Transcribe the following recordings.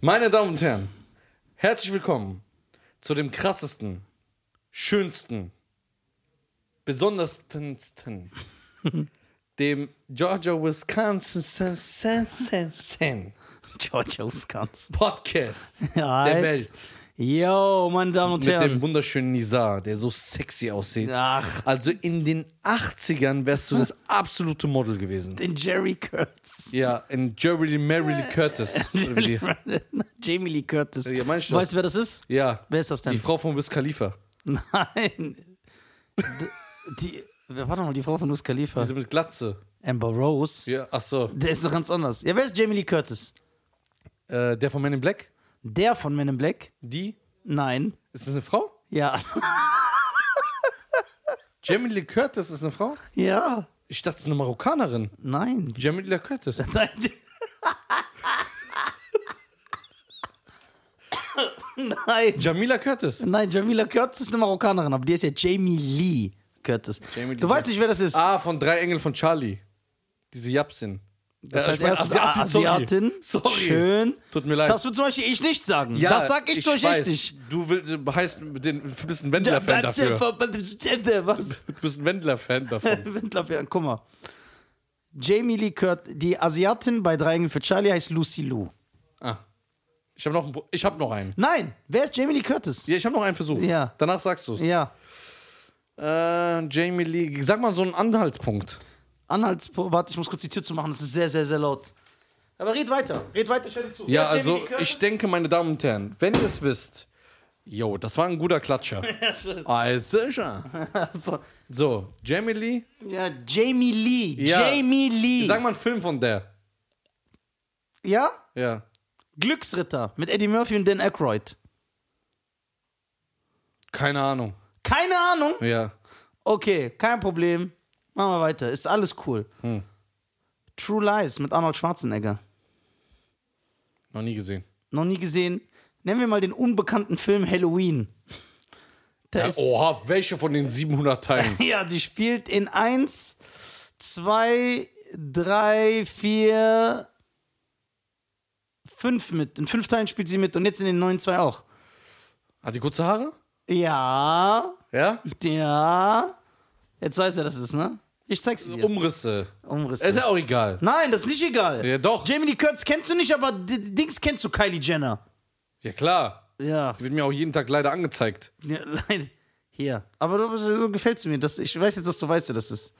Meine Damen und Herren, herzlich willkommen zu dem krassesten, schönsten, besondersten, dem Georgia Wisconsin Sen- Sen- Sen- Sen Georgia Wisconsin. Podcast der Alter. Welt. Yo, meine Damen und Mit dem Herren. wunderschönen Nizar, der so sexy aussieht. Ach, Also in den 80ern wärst du das absolute Model gewesen. den Jerry Curtis. Ja, in Jerry Marilyn Curtis. oder wie die- Jamie Lee Curtis. Ja, meinst du? weißt du, wer das ist? Ja. Wer ist das denn? Die Frau von Wiz Khalifa. Nein. D- die, wer war doch mal die Frau von Wiz Khalifa? Diese mit Glatze. Amber Rose. Ja, ach so. Der ist doch ganz anders. Ja, wer ist Jamie Lee Curtis? Äh, der von Men in Black? Der von Men in Black? Die? Nein. Ist das eine Frau? Ja. Jamie Lee Curtis ist eine Frau? ja. Ich dachte, es ist eine Marokkanerin. Nein. Jamie Lee Curtis. Nein. Nein. Jamila Curtis. Nein, Jamila Curtis ist eine Marokkanerin, aber die ist ja Jamie Lee Curtis. Jamie Lee du weißt nicht, wer das ist. Ah, von Drei Engel von Charlie. Diese Japsin. das Äh, heißt, ich mein, erstens Asiatin. Sorry. Schön. Tut mir leid. Das würde zum Beispiel ich nicht sagen. das sag ich, zu euch weiß. echt nicht. Du willst, du heißt, den, du bist ein Wendler-Fan dafür. Was? Du bist ein Wendler-Fan davon. Wendler-Fan, guck mal. Jamie Lee Curtis, die Asiatin bei Drei Engel für Charlie heißt Lucy Lou. Ah. Ich habe noch, einen Pro- ich hab noch einen. Nein, wer ist Jamie Lee Curtis? Ja, ich habe noch einen Versuch. Ja. Danach sagst du es. Ja. Äh, Jamie Lee, sag mal so einen Anhaltspunkt. Anhaltspunkt. Warte, ich muss kurz die Tür zumachen, das ist sehr, sehr, sehr laut. Aber red weiter, red weiter, stell dir zu. Ja, Wer ist Jamie also Lee Curtis? ich denke, meine Damen und Herren, wenn ihr es wisst, yo, das war ein guter Klatscher. Also sicher. Also, So, Jamie Lee, ja, Jamie Lee. Ja. Jamie Lee. sag mal einen Film von der. ja? Ja. Glücksritter mit Eddie Murphy und Dan Aykroyd. Keine Ahnung. Keine Ahnung. Ja. Okay, kein Problem. Machen wir weiter. Ist alles cool. Hm. True Lies mit Arnold Schwarzenegger. Noch nie gesehen. Noch nie gesehen. Nennen wir mal den unbekannten Film Halloween. Da Ja, oh. ist, oha, welche von den 700 Teilen? Ja, die spielt in 1, 2, 3, 4, 5 mit. In fünf Teilen spielt sie mit und jetzt in den neuen zwei auch. Hat die kurze Haare? Ja, Ja? ja. Jetzt weiß er, das ist, ne? Ich zeig's dir. Umrisse. Umrisse. Um- Ist ja auch egal. Nein, das ist nicht egal. Ja, doch. Jamie Lee Curtis kennst du nicht, aber D Dings kennst du Kylie Jenner. Ja, klar. Ja. Wird mir auch jeden Tag leider angezeigt. ja leider. Hier. Aber du, so gefällst du mir. Das, ich weiß jetzt, dass du weißt, wer das ist.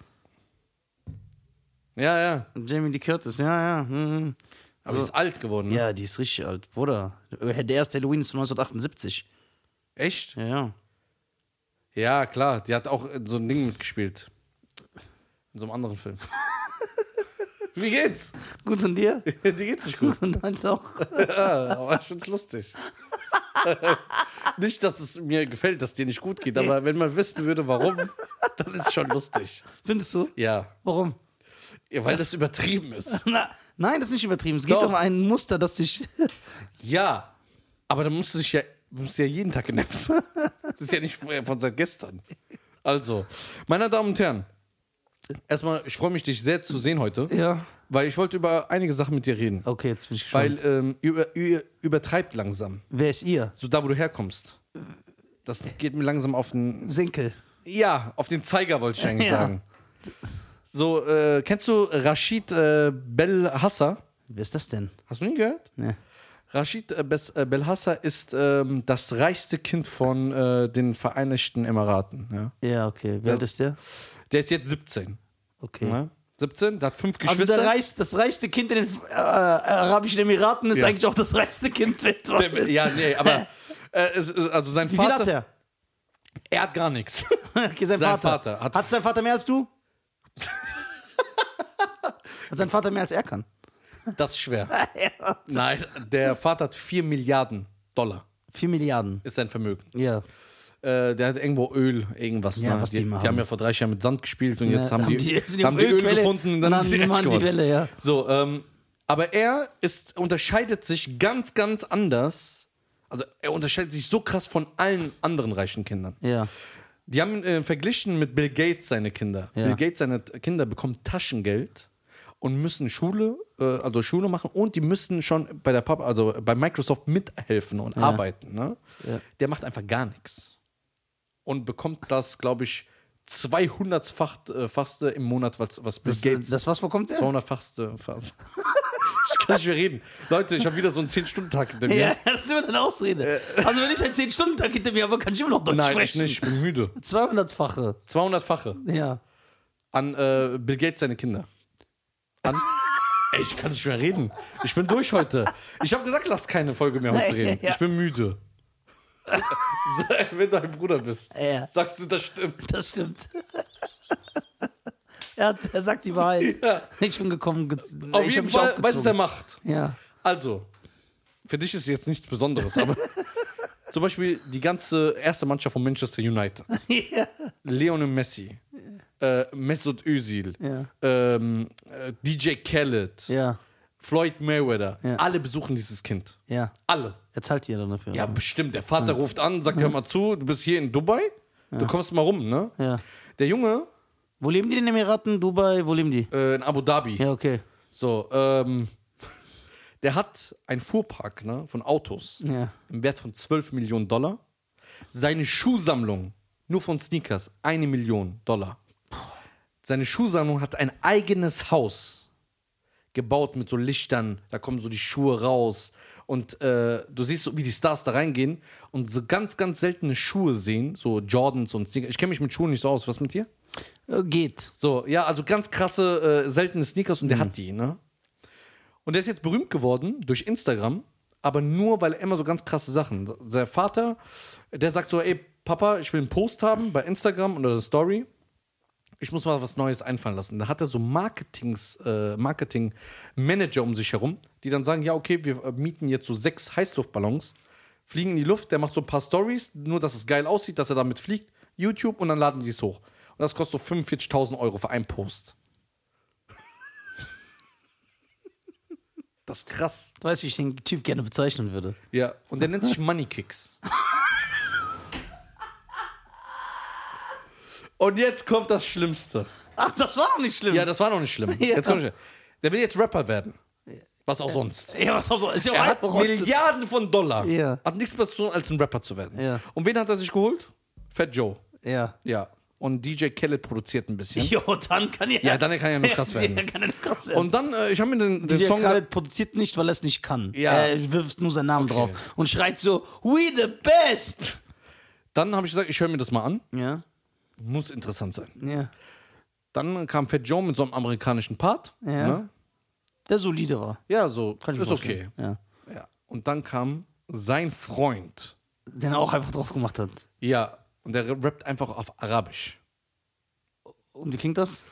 Ja, ja. Jamie Lee Curtis, ja, ja. Mhm. Aber die ist alt geworden. Ne? Ja, die ist richtig alt, Bruder. Der erste Halloween ist von 1978. Echt? Ja, ja. Ja, klar. Die hat auch in so ein Ding mitgespielt. In so einem anderen Film. Wie geht's? Gut, und dir? Die geht's nicht gut. Ah, Und dann auch. Aber ich find's lustig. nicht, dass es mir gefällt, dass dir nicht gut geht, aber wenn man wissen würde, warum, dann ist es schon lustig. Findest du? Ja. Warum? ja weil das übertrieben ist. Na, nein, das ist nicht übertrieben. Es geht Doch. um ein Muster, das dich. Ja. Aber dann musst du dich ja, musst du ja jeden Tag knipsen. Das ist ja nicht von seit gestern. Also, meine Damen und Herren, erstmal, ich freue mich, dich sehr zu sehen heute. Ja. Oh, Weil ich wollte über einige Sachen mit dir reden. Okay, jetzt bin ich gespannt. Weil ähm, über, über, übertreibt langsam. Wer ist ihr? So da, wo du herkommst. Das geht mir langsam auf den. Senkel. Ja, auf den Zeiger wollte ich eigentlich Ja. sagen. So, äh, kennst du Rashid äh, Belhassa? Wer ist das denn? Hast du nie gehört? Ne. Rashid äh, Bes- äh, Belhassa ist ähm, das reichste Kind von äh, den Vereinigten Emiraten. Ja. Ja, okay. Wer alt ist der? Der ist jetzt 17. Okay. Ne? 17, der hat fünf Also Geschwister. der reich, das reichste Kind in den äh, Arabischen Emiraten ist Ja. eigentlich auch das reichste Kind weltweit. Der- ja, nee, aber äh, es- es- also sein Wie viel Vater. hat er? er hat gar nichts. Okay, Sein sein, Vater. Vater hat- Hat, sein Vater mehr als du? hat sein Vater mehr als er kann? Das ist schwer. Nein, der Vater hat 4 Milliarden Dollar, 4 Milliarden. ist sein Vermögen. Ja. Äh, der hat irgendwo Öl, irgendwas. Ja, ne? was die die, machen. Ne, haben ja vor 30 Jahren mit Sand gespielt und jetzt Ja, haben, die, sind auf haben die Öl Ölquelle gefunden und dann haben ist sie die, reich machen die geworden. Welle, ja. So, ähm, aber er ist, unterscheidet sich ganz, ganz anders. Also er unterscheidet sich so krass von allen anderen reichen Kindern. Ja. Die haben äh, verglichen mit Bill Gates seine Kinder. Ja. Bill Gates seine Kinder bekommen Taschengeld und müssen Schule, äh, also Schule machen und die müssen schon bei der Pub, also bei Microsoft mithelfen und arbeiten. Ne? Ja. Der macht einfach gar nichts. Und bekommt das, glaube ich, 200-fachste im Monat, was, was Bill Das, äh, Gates. das was bekommt er? 200-fachste. Fast. ich kann nicht mehr reden. Leute, ich habe wieder so einen 10-Stunden-Tag hinter mir. Ja, das ist immer deine Ausrede. Also wenn ich einen 10-Stunden-Tag hinter mir habe, kann ich immer noch Deutsch Nein, ich sprechen. nicht. Ich bin müde. 200-fache. 200-fache Ja. an äh, Bill Gates seine Kinder. An. Ey, ich kann nicht mehr reden. Ich bin durch heute. Ich habe gesagt, lass keine Folge mehr heute drehen. Ja. Ich bin müde. Sag, Wenn du ein Bruder bist, Ja. sagst du, das stimmt. Das stimmt. er, hat, er sagt die Wahrheit. Ich bin gekommen. ge- Auf ich hab jeden mich Fall, weißt du, was er aufgezogen. macht? Ja. Also, für dich ist jetzt nichts Besonderes, aber zum Beispiel die ganze erste Mannschaft von Manchester United. ja. Lionel Messi, äh, Mesut Özil, Ja. ähm, äh, DJ Khaled, Ja. Floyd Mayweather, Ja. alle besuchen dieses Kind. Ja. Alle. Er zahlt dir dann dafür. Ja, bestimmt. Der Vater ruft an, sagt, hör mal zu, du bist hier in Dubai, du kommst mal rum, ne? ja. Der Junge Wo leben die in den Emiraten? Dubai? Wo leben die? äh, in Abu Dhabi, Ja, okay. so, ähm, der hat einen Fuhrpark ne, von Autos Ja. im Wert von 12 Millionen Dollar. Seine Schuhsammlung, nur von Sneakers, eine Million Dollar. Seine Schuhsammlung hat ein eigenes Haus gebaut mit so Lichtern. Da kommen so die Schuhe raus. Und äh, du siehst so, wie die Stars da reingehen und so ganz, ganz seltene Schuhe sehen. So Jordans und Sneakers. Ich kenne mich mit Schuhen nicht so aus. Was mit dir? Äh, Geht. So, ja, also ganz krasse, äh, seltene Sneakers und der hat die, ne? Und der ist jetzt berühmt geworden durch Instagram, aber nur, weil er immer so ganz krasse Sachen. Sein Vater, der sagt so, ey, Papa, ich will einen Post haben bei Instagram oder eine Story. Ich muss mal was Neues einfallen lassen. Da hat er so Marketings, äh, Marketing-Manager um sich herum, die dann sagen, ja, okay, wir äh, mieten jetzt so sechs Heißluftballons, fliegen in die Luft, der macht so ein paar Stories, nur dass es geil aussieht, dass er damit fliegt, YouTube und dann laden die es hoch. Und das kostet so 45.000 Euro für einen Post. Das ist krass. Du weißt, wie ich den Typ gerne bezeichnen würde. Ja, und der nennt sich Money Kicks. Und jetzt kommt das Schlimmste. Ach, das war doch nicht schlimm. Ja, das war noch nicht schlimm. Ja. Äh, Jetzt komm ich. Der will jetzt Rapper werden. Was auch sonst. Ja, was auch so. Ist ja auch Er hat einfach heute. Milliarden von Dollar. Ja. Hat nichts besseres zu tun, als ein Rapper zu werden. Ja. Und wen hat er sich geholt? Fat Joe. Ja. Ja. Und DJ Khaled produziert ein bisschen. Jo, dann kann ja. Ja, dann kann ja nur krass werden. Ja, kann ja nur krass werden. Und dann, äh, ich habe mir den, den DJ Song. Khaled produziert nicht, weil er es nicht kann. Ja. Er wirft nur seinen Namen drauf und schreit so, we the best. Dann habe ich gesagt, ich höre mir das mal an. Ja, Muss interessant sein. ja. Dann kam Fat Joe mit so einem amerikanischen Part. Ja. Ne? Der solide war. Ja, so. Kann ich ist mir vorstellen. okay. Ja. Ja. Und dann kam sein Freund. Den er auch einfach drauf gemacht hat. Ja. Und der rappt einfach auf Arabisch. Und wie klingt das?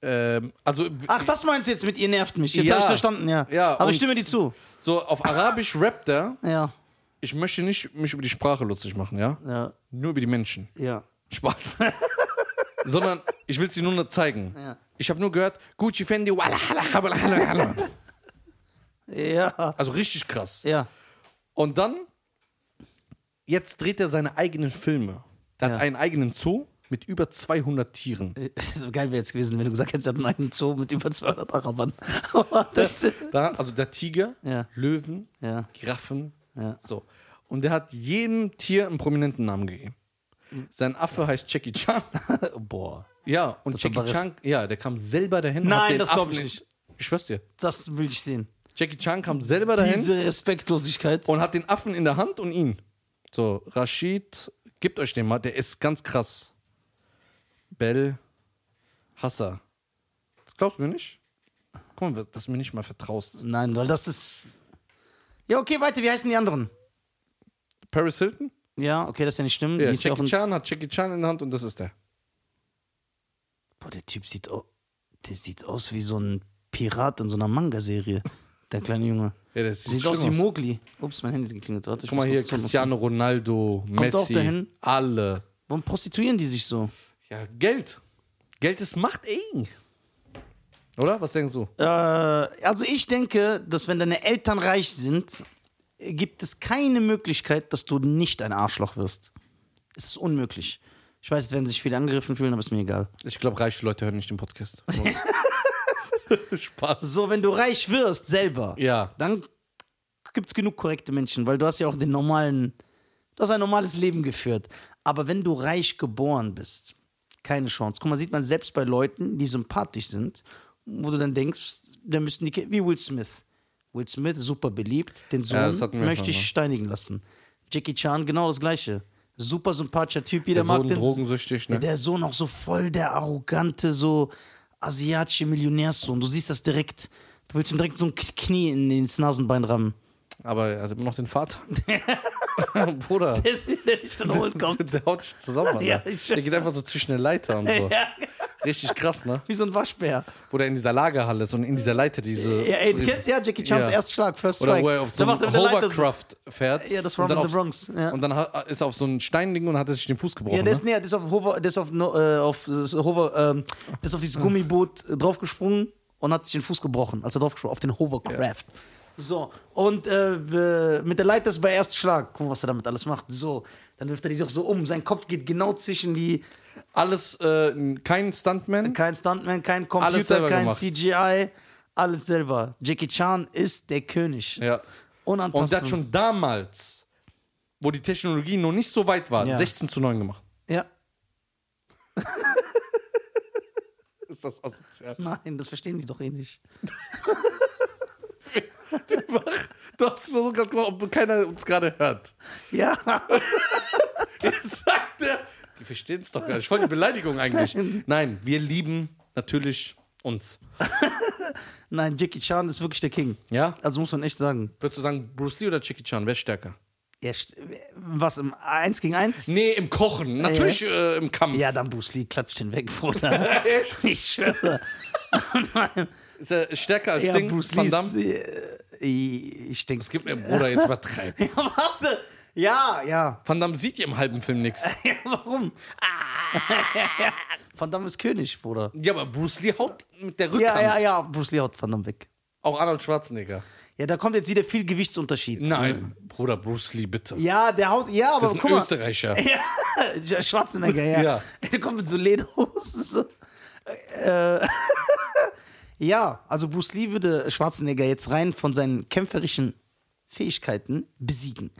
Ähm, also Ach, das meinst du jetzt mit ihr nervt mich. Jetzt Ja. habe ich verstanden, ja. Ja, Aber und- ich stimme dir zu. So, auf Arabisch rappt er. Ja, Ich möchte nicht mich über die Sprache lustig machen, ja? ja, Nur über die Menschen. ja. Spaß. Sondern ich will sie nur noch zeigen. Ja. Ich habe nur gehört, Gucci Fendi, wala, hala, habala, hala, hala. Ja, Also richtig krass. ja. Und dann, jetzt dreht er seine eigenen Filme. Er hat Ja. einen eigenen Zoo mit über 200 Tieren. So geil wäre jetzt gewesen, wenn du gesagt hättest, er hat einen Zoo mit über 200 Arabern. Oh, Da, also der Tiger, Ja. Löwen, ja, Giraffen, ja. so. Und er hat jedem Tier einen prominenten Namen gegeben. Mhm. Sein Affe heißt Jackie Chan. Boah. Ja, und ist Jackie aber Chan, ja, der kam selber dahin. Nein, hat den das glaub ich Affen- nicht. Ich schwör's dir. Das will ich sehen. Jackie Chan kam selber dahin Diese Respektlosigkeit. und hat den Affen in der Hand und ihn. So, Rashid, gebt euch den mal, der ist ganz krass. Bell Hasser. Das glaubst du mir nicht? Guck mal, dass du mir nicht mal vertraust. Nein, weil das ist. Ja, okay, weiter. Wie heißen die anderen? Paris Hilton? Ja, okay, das ist ja nicht schlimm. Ja, die ist ja auch Jackie ein... Chan hat Jackie Chan in der Hand und das ist der. Boah, der Typ sieht, au- der sieht aus wie so ein Pirat in so einer Manga-Serie. Der kleine Junge. Ja, das sieht Sieht aus wie schlimm aus. Mogli. Ups, mein Handy hat geklingelt. Warte, ich Guck mal muss hier, kurz zurück- Cristiano Ronaldo, Messi, auch dahin. alle. Warum prostituieren die sich so? Ja, Geld. Geld ist Macht, ey. Oder? Was denkst du? Äh, also ich denke, dass wenn deine Eltern reich sind, äh, gibt es keine Möglichkeit, dass du nicht ein Arschloch wirst. Es ist unmöglich. Ich weiß, es werden sich viele angegriffen fühlen, aber ist mir egal. Ich glaube, reiche Leute hören nicht den Podcast. Spaß. So, wenn du reich wirst selber, Ja. dann gibt es genug korrekte Menschen, weil du hast ja auch den normalen, du hast ein normales Leben geführt. Aber wenn du reich geboren bist, keine Chance. Guck mal, sieht man selbst bei Leuten, die sympathisch sind, wo du dann denkst, da müssten die, Ki- wie Will Smith. Will Smith, super beliebt, den Ja, Sohn das hatten wir möchte schon, ich ne? steinigen lassen. Jackie Chan, genau das Gleiche. Super sympathischer Typ, jeder Der mag Sohn den. drogensüchtig, ne? Der Sohn auch so voll der arrogante, so asiatische Millionärssohn. Du siehst das direkt. Du willst ihm direkt so ein K- Knie in, ins Nasenbein rammen. Aber er hat immer noch den Vater. Bruder. Der ist- der dich dann holen kommt. Der haut schon zusammen. Alter. Ja, ich- der geht einfach so zwischen den Leiter und so. Ja. Richtig krass, ne? Wie so ein Waschbär. Wo der in dieser Lagerhalle ist und in dieser Leiter diese. Ja, ey, so du diese- kennst ja Jackie Chans Ja. ersten Schlag, First Oder Strike. wo er auf so Da macht er einen mit der Leiter so- Hovercraft fährt. Ja, das und dann Rumble in auf- the Bronx, ja. Und dann ha- ist er auf so ein Steinding und hat er sich den Fuß gebrochen. Ja, der ne? ist, nee, der ist auf, Hover, der ist auf, no, äh, auf, äh, Hover, ähm, der ist auf dieses Gummiboot äh, draufgesprungen und hat sich den Fuß gebrochen, als er draufgesprungen auf den Hovercraft. So, und äh, äh, mit der Leiter ist bei ersten Schlag. Guck mal, was er damit alles macht. So, dann wirft er die doch so um. Sein Kopf geht genau zwischen die. Alles äh, kein Stuntman. Kein Stuntman, kein Alles Computer, selber kein gemacht. CGI. Alles selber. Jackie Chan ist der König. Ja. Unantastbar. Und der hat schon damals, wo die Technologie noch nicht so weit war, Ja. 16 zu 9 gemacht. Ja. Ist das asozial? Nein, das verstehen die doch eh nicht. Du hast so gerade gemacht, ob keiner uns gerade hört. Ja. Jetzt sagt er, die verstehen es doch gar nicht. Voll die Beleidigung eigentlich. Nein, wir lieben natürlich uns. Nein, Jackie Chan ist wirklich der King. Ja? Also muss man echt sagen. Würdest du sagen, Bruce Lee oder Jackie Chan, wer ist stärker? Ja, st- was, im 1 gegen 1? Nee, im Kochen. Natürlich äh, im Kampf. Ja, dann Bruce Lee klatscht den weg, Bruder. ich schwöre. Ist er stärker als Ja, Ding? Bruce Lee Van ist, Damme? äh, Ich denke... Es gibt mir, Bruder, jetzt übertreib. Ja, warte. Ja, ja. Van Damme sieht ja im halben Film nichts. ja warum? Van Damme ist König, Bruder. Ja, aber Bruce Lee haut mit der Rückhand. Ja, ja, ja. Bruce Lee haut Van Damme weg. Auch Arnold Schwarzenegger. Ja, da kommt jetzt wieder viel Gewichtsunterschied. Nein, Bruder, Bruce Lee, bitte. Ja, der haut... Ja, aber Das ist guck ein mal. Österreicher. Ja, Schwarzenegger, ja. Ja. Der kommt mit so Lederhosen. So. Äh, ja, also Bruce Lee würde Schwarzenegger jetzt rein von seinen kämpferischen Fähigkeiten besiegen.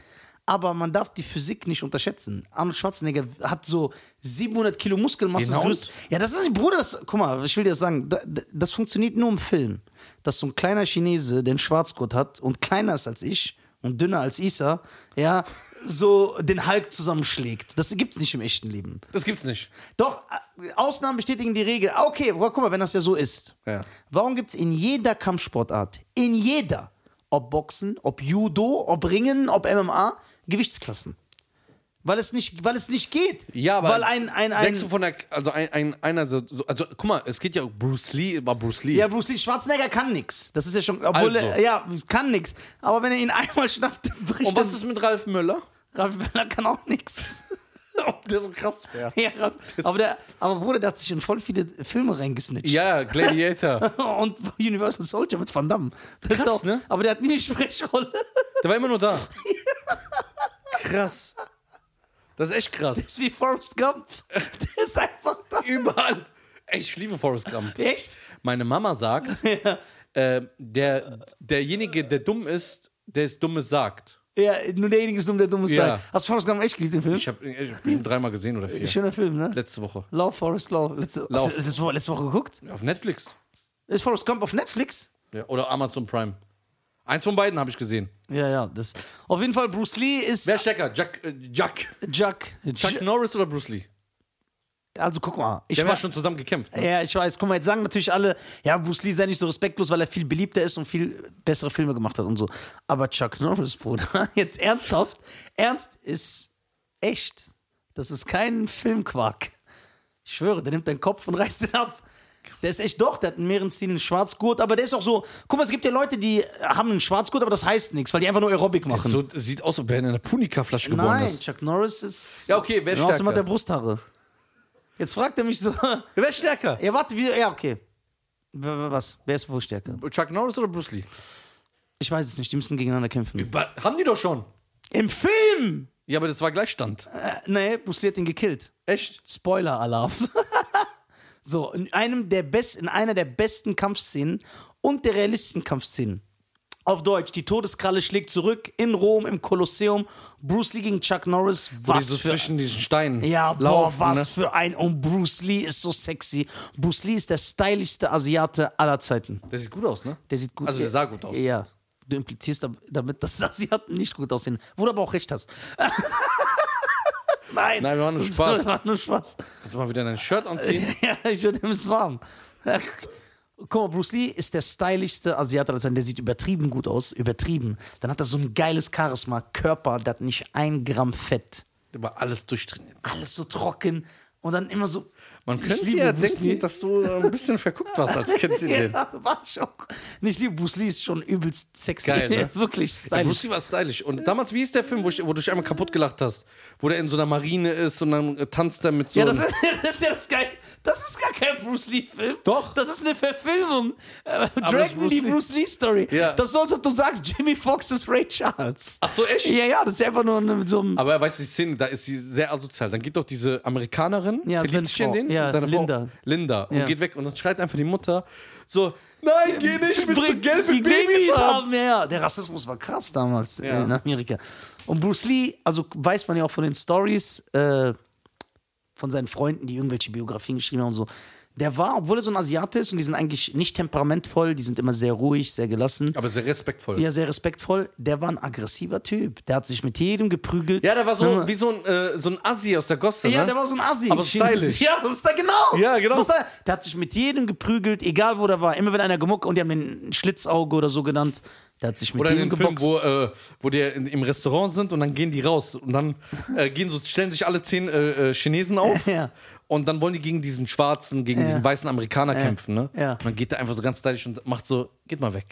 Aber man darf die Physik nicht unterschätzen. Arnold Schwarzenegger hat so 700 Kilo Muskelmasse. das Genau. größte- Ja, das ist nicht, Bruder, das, guck mal, ich will dir das sagen, da- da- das funktioniert nur im Film. Dass so ein kleiner Chinese, der einen Schwarzgurt hat und kleiner ist als ich und dünner als Isa, ja, so den Hulk zusammenschlägt. Das gibt's nicht im echten Leben. Das gibt's nicht. Doch, äh, Ausnahmen bestätigen die Regel. Ah, Okay, aber guck mal, wenn das ja so ist. Ja. Warum gibt es in jeder Kampfsportart, in jeder, ob Boxen, ob Judo, ob Ringen, ob MMA, Gewichtsklassen? Weil es nicht, weil es nicht geht. Ja, aber Weil ein, ein, ein, denkst du von der, also ein, ein einer, so, so- also guck mal, es geht ja Bruce Lee, war Bruce Lee. Ja, Bruce Lee Schwarzenegger kann nix. Das ist ja schon, obwohl Also. er, ja, kann nix. Aber wenn er ihn einmal schnappt, dann bricht Und was ist mit Ralf Möller? Ralf Möller kann auch nix. der so krass wäre. ja, Ralf- aber der, aber Bruder, der hat sich in voll viele Filme reingesnitcht. Ja, Gladiator. Und Universal Soldier mit Van Damme. Das ist Krass, doch, ne? Aber der hat nie eine Sprechrolle. Der war immer nur da. Krass. Das ist echt krass. Das ist wie Forrest Gump. Der ist einfach da. Überall. Ey, Ich liebe Forrest Gump. Echt? Meine Mama sagt, äh, der, derjenige, der dumm ist, der es Dummes sagt. Ja, nur derjenige ist dumm, der dumm ist. Ja. sei. Hast du Forrest Gump echt geliebt, den Film? Ich habe ich hab bestimmt dreimal gesehen oder vier. Schöner Film, ne? Letzte Woche. Lauf, Forrest, Lauf. Letzte, Lauf. Hast du das letzte Woche geguckt? Auf Netflix. Ist Forrest Gump auf Netflix? Ja, oder Amazon Prime. Eins von beiden habe ich gesehen. Ja, ja. Das. Auf jeden Fall, Bruce Lee ist Wer ist stärker? Jack, äh, Jack. Chuck. Chuck Chuck. Norris oder Bruce Lee? Also guck mal. Ich Die haben ja war, schon zusammen gekämpft. Ne? ja, ich weiß. Guck mal, jetzt sagen natürlich alle, ja, Bruce Lee sei nicht so respektlos, weil er viel beliebter ist und viel bessere Filme gemacht hat und so. Aber Chuck Norris, Bruder, jetzt ernsthaft, ernst ist echt. Das ist kein Filmquark. Ich schwöre, der nimmt deinen Kopf und reißt den ab. Der ist echt doch, der hat in mehreren Stilen einen Schwarzgurt, aber der ist auch so. Guck mal, es gibt ja Leute, die äh, haben einen Schwarzgurt, aber das heißt nichts, weil die einfach nur Aerobic machen. So sieht aus, ob er in einer Punika-Flasche geboren Nein, ist. Chuck Norris ist. Ja, okay, wer ist Genau, aus stärker? dem hat der Brusthaare. Jetzt fragt er mich so. Wer ist stärker? Ja, warte, wie, ja, okay. W- w- Was? Wer ist wohl stärker? Chuck Norris oder Bruce Lee? Ich weiß es nicht, die müssen gegeneinander kämpfen. Über- haben die doch schon. Im Film! Ja, aber das war Gleichstand. Äh, nee, Bruce Lee hat ihn gekillt. Echt? Spoiler-Alarm. So, in, einem der best, in einer der besten Kampfszenen und der realistischen Kampfszenen. Auf Deutsch, die Todeskralle schlägt zurück in Rom im Kolosseum. Bruce Lee gegen Chuck Norris. Wo die Was so für zwischen diesen Steinen ja, laufen. boah, was ne? für ein. Und Bruce Lee ist so sexy. Bruce Lee ist der stylischste Asiate aller Zeiten. Der sieht gut aus, ne? Der sieht gut Also, der sah gut aus. Ja. Du implizierst dam- damit, dass Asiaten nicht gut aussehen. Wo du aber auch recht hast. Nein. Nein, wir machen nur das Spaß. war- war nur Spaß. Kannst du mal wieder dein Shirt anziehen? ja, ich würde ihm es warm. Guck mal, Bruce Lee ist der stylischste Asiate aller Zeiten. Der sieht übertrieben gut aus. Übertrieben. Dann hat er so ein geiles Charisma. Körper, der hat nicht ein Gramm Fett. Der war alles durchtrainiert. Alles so trocken. Und dann immer so. Man Ich könnte liebe ja Bruce denken, Lee. dass du ein bisschen verguckt warst als Kind in den. Ja, war ich auch. Nicht lieb, Bruce Lee ist schon übelst sexy. Geil, ne? Wirklich Der stylisch. Bruce Lee war stylisch. Und damals, wie ist der Film, wo, ich, wo du dich einmal kaputt gelacht hast? Wo der in so einer Marine ist und dann äh, tanzt er mit so. Ja, das einem- ist, das ist ja das Geil. Das ist gar kein Bruce Lee-Film. Doch. Das ist eine Verfilmung. Äh, das ist Dragon, Bruce die Lee. Bruce Lee-Story. Ja. Das ist so, als ob du sagst, Jimmy Fox ist Ray Charles. Ach so, echt? Ja, ja, das ist ja einfach nur mit so einem. Aber er weiß die Szene, da ist sie sehr asozial. Dann geht doch diese Amerikanerin, Ja, die seine liebt sich in Frau. den, Ja, seine Frau, Linda. Linda, und Ja. Ähm, geht weg und dann schreit einfach die Mutter so, nein, geh nicht mit so Bring- gelben die Babys ab. haben. Ja, ja, der Rassismus war krass damals äh, Ja. in Amerika. Und Bruce Lee, also weiß man ja auch von den Stories äh, von seinen Freunden, die irgendwelche Biografien geschrieben haben und so. Der war, obwohl er so ein Asiate ist und die sind eigentlich nicht temperamentvoll, die sind immer sehr ruhig, sehr gelassen. Aber sehr respektvoll. Ja, Ja, sehr respektvoll. Der war ein aggressiver Typ. Der hat sich mit jedem geprügelt. der war Wenn man- so wie so ein, äh, so ein Assi aus der Gosse, ja, ne? der war so ein Assi. Aber stylisch. Ja, das ist da genau. Ja, genau. Das ist da, der hat sich mit jedem geprügelt, egal wo der war. Immer wenn einer gemuckt und die haben den Schlitzauge oder so genannt. Der hat sich mit Oder in jedem den geboxt. Film, wo, äh, wo die in, im Restaurant sind und dann gehen die raus und dann äh, gehen so, stellen sich alle zehn äh, äh, Chinesen auf Ja. und dann wollen die gegen diesen schwarzen, gegen Ja. diesen weißen Amerikaner kämpfen, ne? Ja. Und dann geht er einfach so ganz stylisch und macht so, geht mal weg.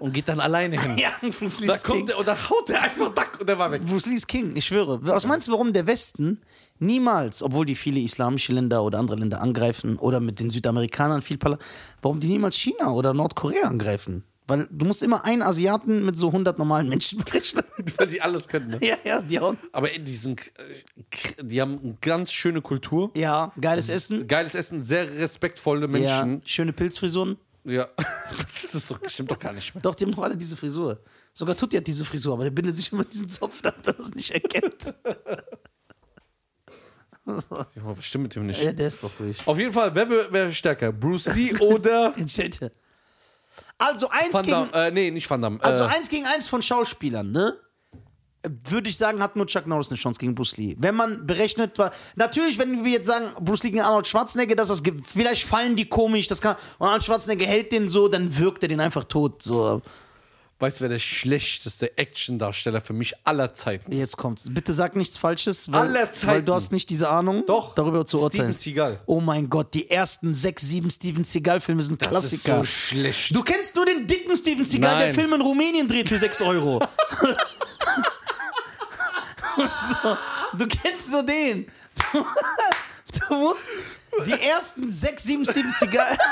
und geht dann alleine hin. ja, Bruce Lee Da ist kommt King. er und dann haut er einfach Dack und der war weg. Bruce Lee ist King, ich schwöre. Was meinst du, warum der Westen niemals, obwohl die viele islamische Länder oder andere Länder angreifen oder mit den Südamerikanern viel Pala, warum die niemals China oder Nordkorea angreifen? Weil du musst immer einen Asiaten mit so 100 normalen Menschen berechnen. Weil die alles können, ne? ja, ja, die hauen. Aber ey, die, sind, äh, kr- die haben eine ganz schöne Kultur. Ja, geiles Essen. Geiles Essen, sehr respektvolle Ja, Menschen. schöne Pilzfrisuren. Ja. Das, ist doch, stimmt doch gar nicht mehr. Doch, die haben doch alle diese Frisur. Sogar Tutti hat diese Frisur, aber der bindet sich immer diesen Zopf, damit er das nicht erkennt. Ja, was stimmt mit dem nicht? ja, der ist doch durch. Auf jeden Fall, wer wär, wär stärker? Bruce Lee oder Entschuldigung. Also eins, Van gegen, Damme? Äh, nee, nicht Van Damme. also äh, eins gegen eins von Schauspielern, ne? Äh, Würde ich sagen, hat nur Chuck Norris eine Chance gegen Bruce Lee. Wenn man berechnet war. Natürlich, wenn wir jetzt sagen, Bruce Lee gegen Arnold Schwarzenegger, dass das gibt, vielleicht fallen die komisch, das kann. Und Arnold Schwarzenegger hält den so, dann wirkt er den einfach tot. So. weißt du, wer der schlechteste Actiondarsteller für mich aller Zeiten? Jetzt kommt's. Bitte sag nichts Falsches, weil, Aller Zeiten. weil du hast nicht diese Ahnung, Doch. darüber zu Steven urteilen. Seagal. Oh mein Gott, die ersten sechs, sieben Steven Seagal-Filme sind Das Klassiker. ist so schlecht. du kennst nur den dicken Steven Seagal, der Nein. Filme in Rumänien dreht für 6 Euro. so, du kennst nur den. Du, du musst die ersten sechs, sieben Steven Seagal.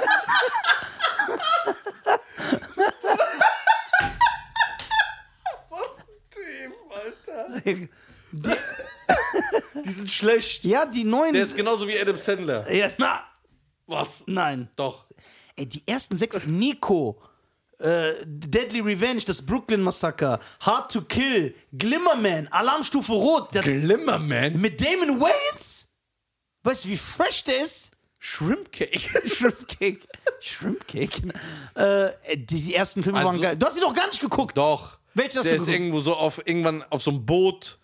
was dem, Alter? Die, Die sind schlecht. ja, die neuen. Der ist genauso wie Adam Sandler. ja, na, Was? nein. Doch. Ey, die ersten sechs, Nico, äh, Deadly Revenge, das Brooklyn Massaker, Hard to Kill, Glimmerman, Alarmstufe Rot, der, Glimmerman? mit Damon Wayans? Weißt du, wie fresh der ist? Shrimpcake. Shrimpcake. Shrimpcake. Äh, die, die ersten Filme Also- waren geil. Du hast sie doch gar nicht geguckt. Doch. Welchen hast der du ist geguckt? irgendwo so auf irgendwann auf so einem Boot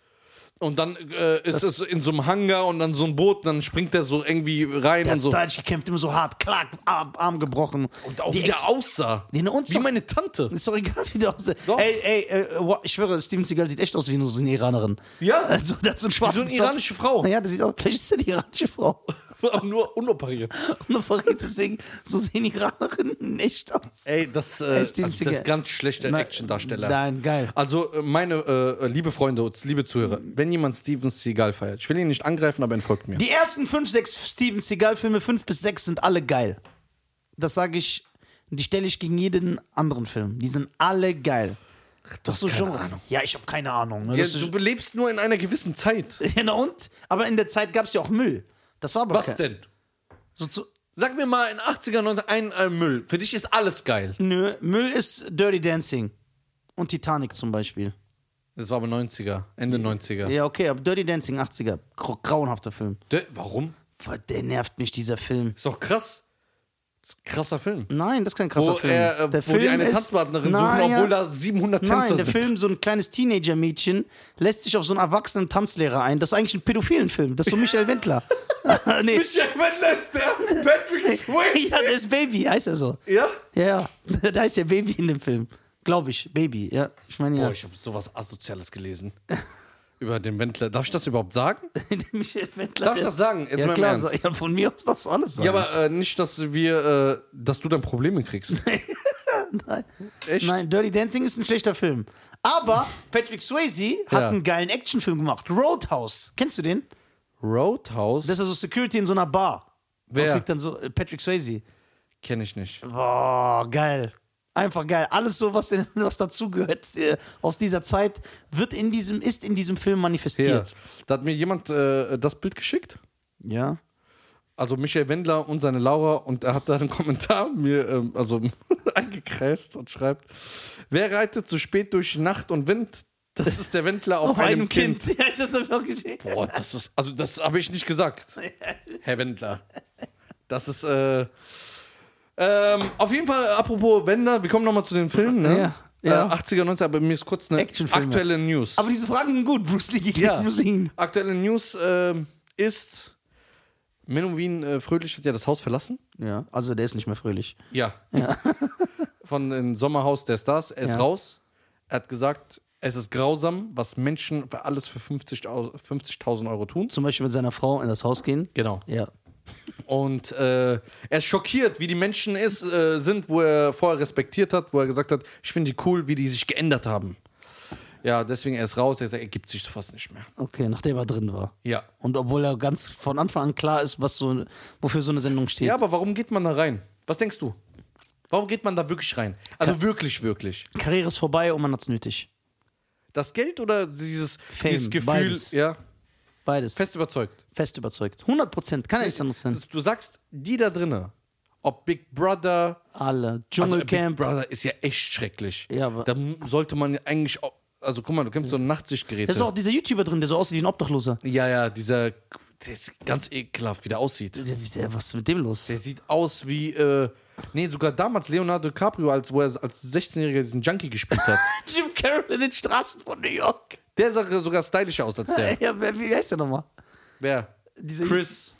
und dann äh, ist es in so einem Hangar und dann so ein Boot und dann springt der so irgendwie rein Der und hat so. stylisch gekämpft, immer so hart, klack, Arm, Arm gebrochen. Und auch Die wie der Action- aussah. Nee, ne, uns wie doch- meine Tante. Ist doch egal, wie der aussieht. Doch. Ey, ey, äh, wow, ich schwöre, Steven Seagal sieht echt aus wie so eine Iranerin. Ja. Also, der hat so einen schwarzen So eine Zopf. iranische Frau. Naja, das sieht aus, vielleicht ist das die iranische Frau. Aber nur unoperiert. Und dann verrät deswegen, so sehen Iranerinnen nicht aus. Ey, das, äh, also Steven das Seagal. ist ganz schlechter Nein, Actiondarsteller. nein, geil. Also, äh, meine äh, liebe Freunde und liebe Zuhörer, wenn jemand Steven Seagal feiert, ich will ihn nicht angreifen, aber entfolgt mir. Die ersten fünf, sechs Steven Seagal-Filme, fünf bis sechs, sind alle geil. Das sage ich, die stelle ich gegen jeden anderen Film. Die sind alle geil. Das ist so keine Genre. Ahnung. Ja, ich habe keine Ahnung. Ne? ja, Das du ist, lebst nur in einer gewissen Zeit. ja, na und? Aber in der Zeit gab es ja auch Müll. Das war aber Was kein- denn? So zu, Sag mir mal in 80er, 90er, ein, ein Müll. Für dich ist alles geil. Nö, Müll ist Dirty Dancing. Und Titanic zum Beispiel. Das war aber 90er, Ende 90er. Ja, okay, aber Dirty Dancing 80er. Gro- Grauenhafter Film. Dö- Warum? Boah, der nervt mich, dieser Film. Ist doch krass. Das ist ein krasser Film. Nein, das ist kein krasser Wo Film. er, äh, wo die eine Tanzpartnerin suchen, Nein, ja. obwohl da 700 Tänzer Nein, der sind. Film, so ein kleines Teenager-Mädchen, lässt sich auf so einen erwachsenen Tanzlehrer ein. Das ist eigentlich ein pädophilen Film. Das ist so Michael Wendler. nee. Michel Mendes, der Patrick Swayze. ja, der ist Baby, heißt er so. ja? Ja, ja. da ist ja Baby in dem Film. Glaube ich, Baby, ja. Ich meine ja. Boah, ich habe sowas Asoziales gelesen. Über den Wendler. Darf ich das überhaupt sagen? Michael Wendler. Darf ich das sagen? Jetzt Ja, mal im klar, Ernst. so- ja, von mir aus darfst du alles sagen. Ja, aber äh, nicht, dass wir, äh, dass du dann Probleme kriegst. Nein. Echt? Nein, Dirty Dancing ist ein schlechter Film. Aber Patrick Swayze hat Ja. einen geilen Actionfilm gemacht. Roadhouse. Kennst du den? Roadhouse? Das ist also Security in so einer Bar. Wer? Und kriegt dann so äh, Patrick Swayze. Kenne ich nicht. Boah, geil. Einfach geil. Alles so, was, in- was dazugehört äh, aus dieser Zeit, wird in diesem, ist in diesem Film Hier. manifestiert. Da hat mir jemand äh, das Bild geschickt. Ja. Also Michael Wendler und seine Laura und er hat da einen Kommentar mir ähm, also eingekreist und schreibt: Wer reitet so spät durch Nacht und Wind? Das ist der Wendler auf, Auf einem Kind. Ja, ich hab's auch gesehen. Boah, das ist also das habe ich nicht gesagt, Herr Wendler. Das ist äh, ähm, auf jeden Fall. Apropos Wendler, wir kommen nochmal zu den Filmen. Ne? Ja, ja. Äh, 80er, 90er, aber mir ist kurz eine Actionfilme. aktuelle News. Aber diese Fragen sind gut. Bruce Lee gegen Ja. Bruce Lee. Aktuelle News ähm, ist: Menowin äh, Fröhlich hat ja das Haus verlassen. Ja, also der ist nicht mehr fröhlich. Ja. Von dem Sommerhaus der Stars. Er ist Ja. raus. Er hat gesagt, es ist grausam, was Menschen für alles für 50.000 Euro- 50.000 Euro tun. Zum Beispiel mit seiner Frau in das Haus gehen. Genau. Ja. Und äh, er ist schockiert, wie die Menschen ist, äh, sind, wo er vorher respektiert hat, wo er gesagt hat, ich finde die cool, wie die sich geändert haben. Ja, deswegen er ist raus. Er sagt, er gibt sich so fast nicht mehr. Okay, nachdem er drin war. Ja. Und obwohl er ganz von Anfang an klar ist, was so, wofür so eine Sendung steht. Ja, aber warum geht man da rein? Was denkst du? Warum geht man da wirklich rein? Also wirklich, wirklich. Karriere ist vorbei und man hat's nötig. Das Geld oder dieses, Fame, dieses Gefühl, beides. ja, Beides. Fest, Also, fest überzeugt. überzeugt. 100 Prozent. Kann ja nichts anderes sein. Das- Du sagst, die da drinne, ob Big Brother, Alle. also Big Dschungelcamp. Brother ist ja echt schrecklich. Ja, aber- da m- sollte man ja eigentlich, auch, also guck mal, du kennst so ein Nachtsichtgerät. da ist auch dieser YouTuber drin, der so aussieht wie ein Obdachloser. Ja, ja, dieser, der ist ganz ekelhaft, wie der aussieht. Der- der- Was ist mit dem los? Der sieht aus wie, äh, nee, sogar damals Leonardo DiCaprio, als wo er als 16-Jähriger diesen Junkie gespielt hat. Jim Carroll in den Straßen von New York. Der sah sogar stylischer aus als der. Ja, wer, wie heißt der nochmal? Wer? Dieser- Chris.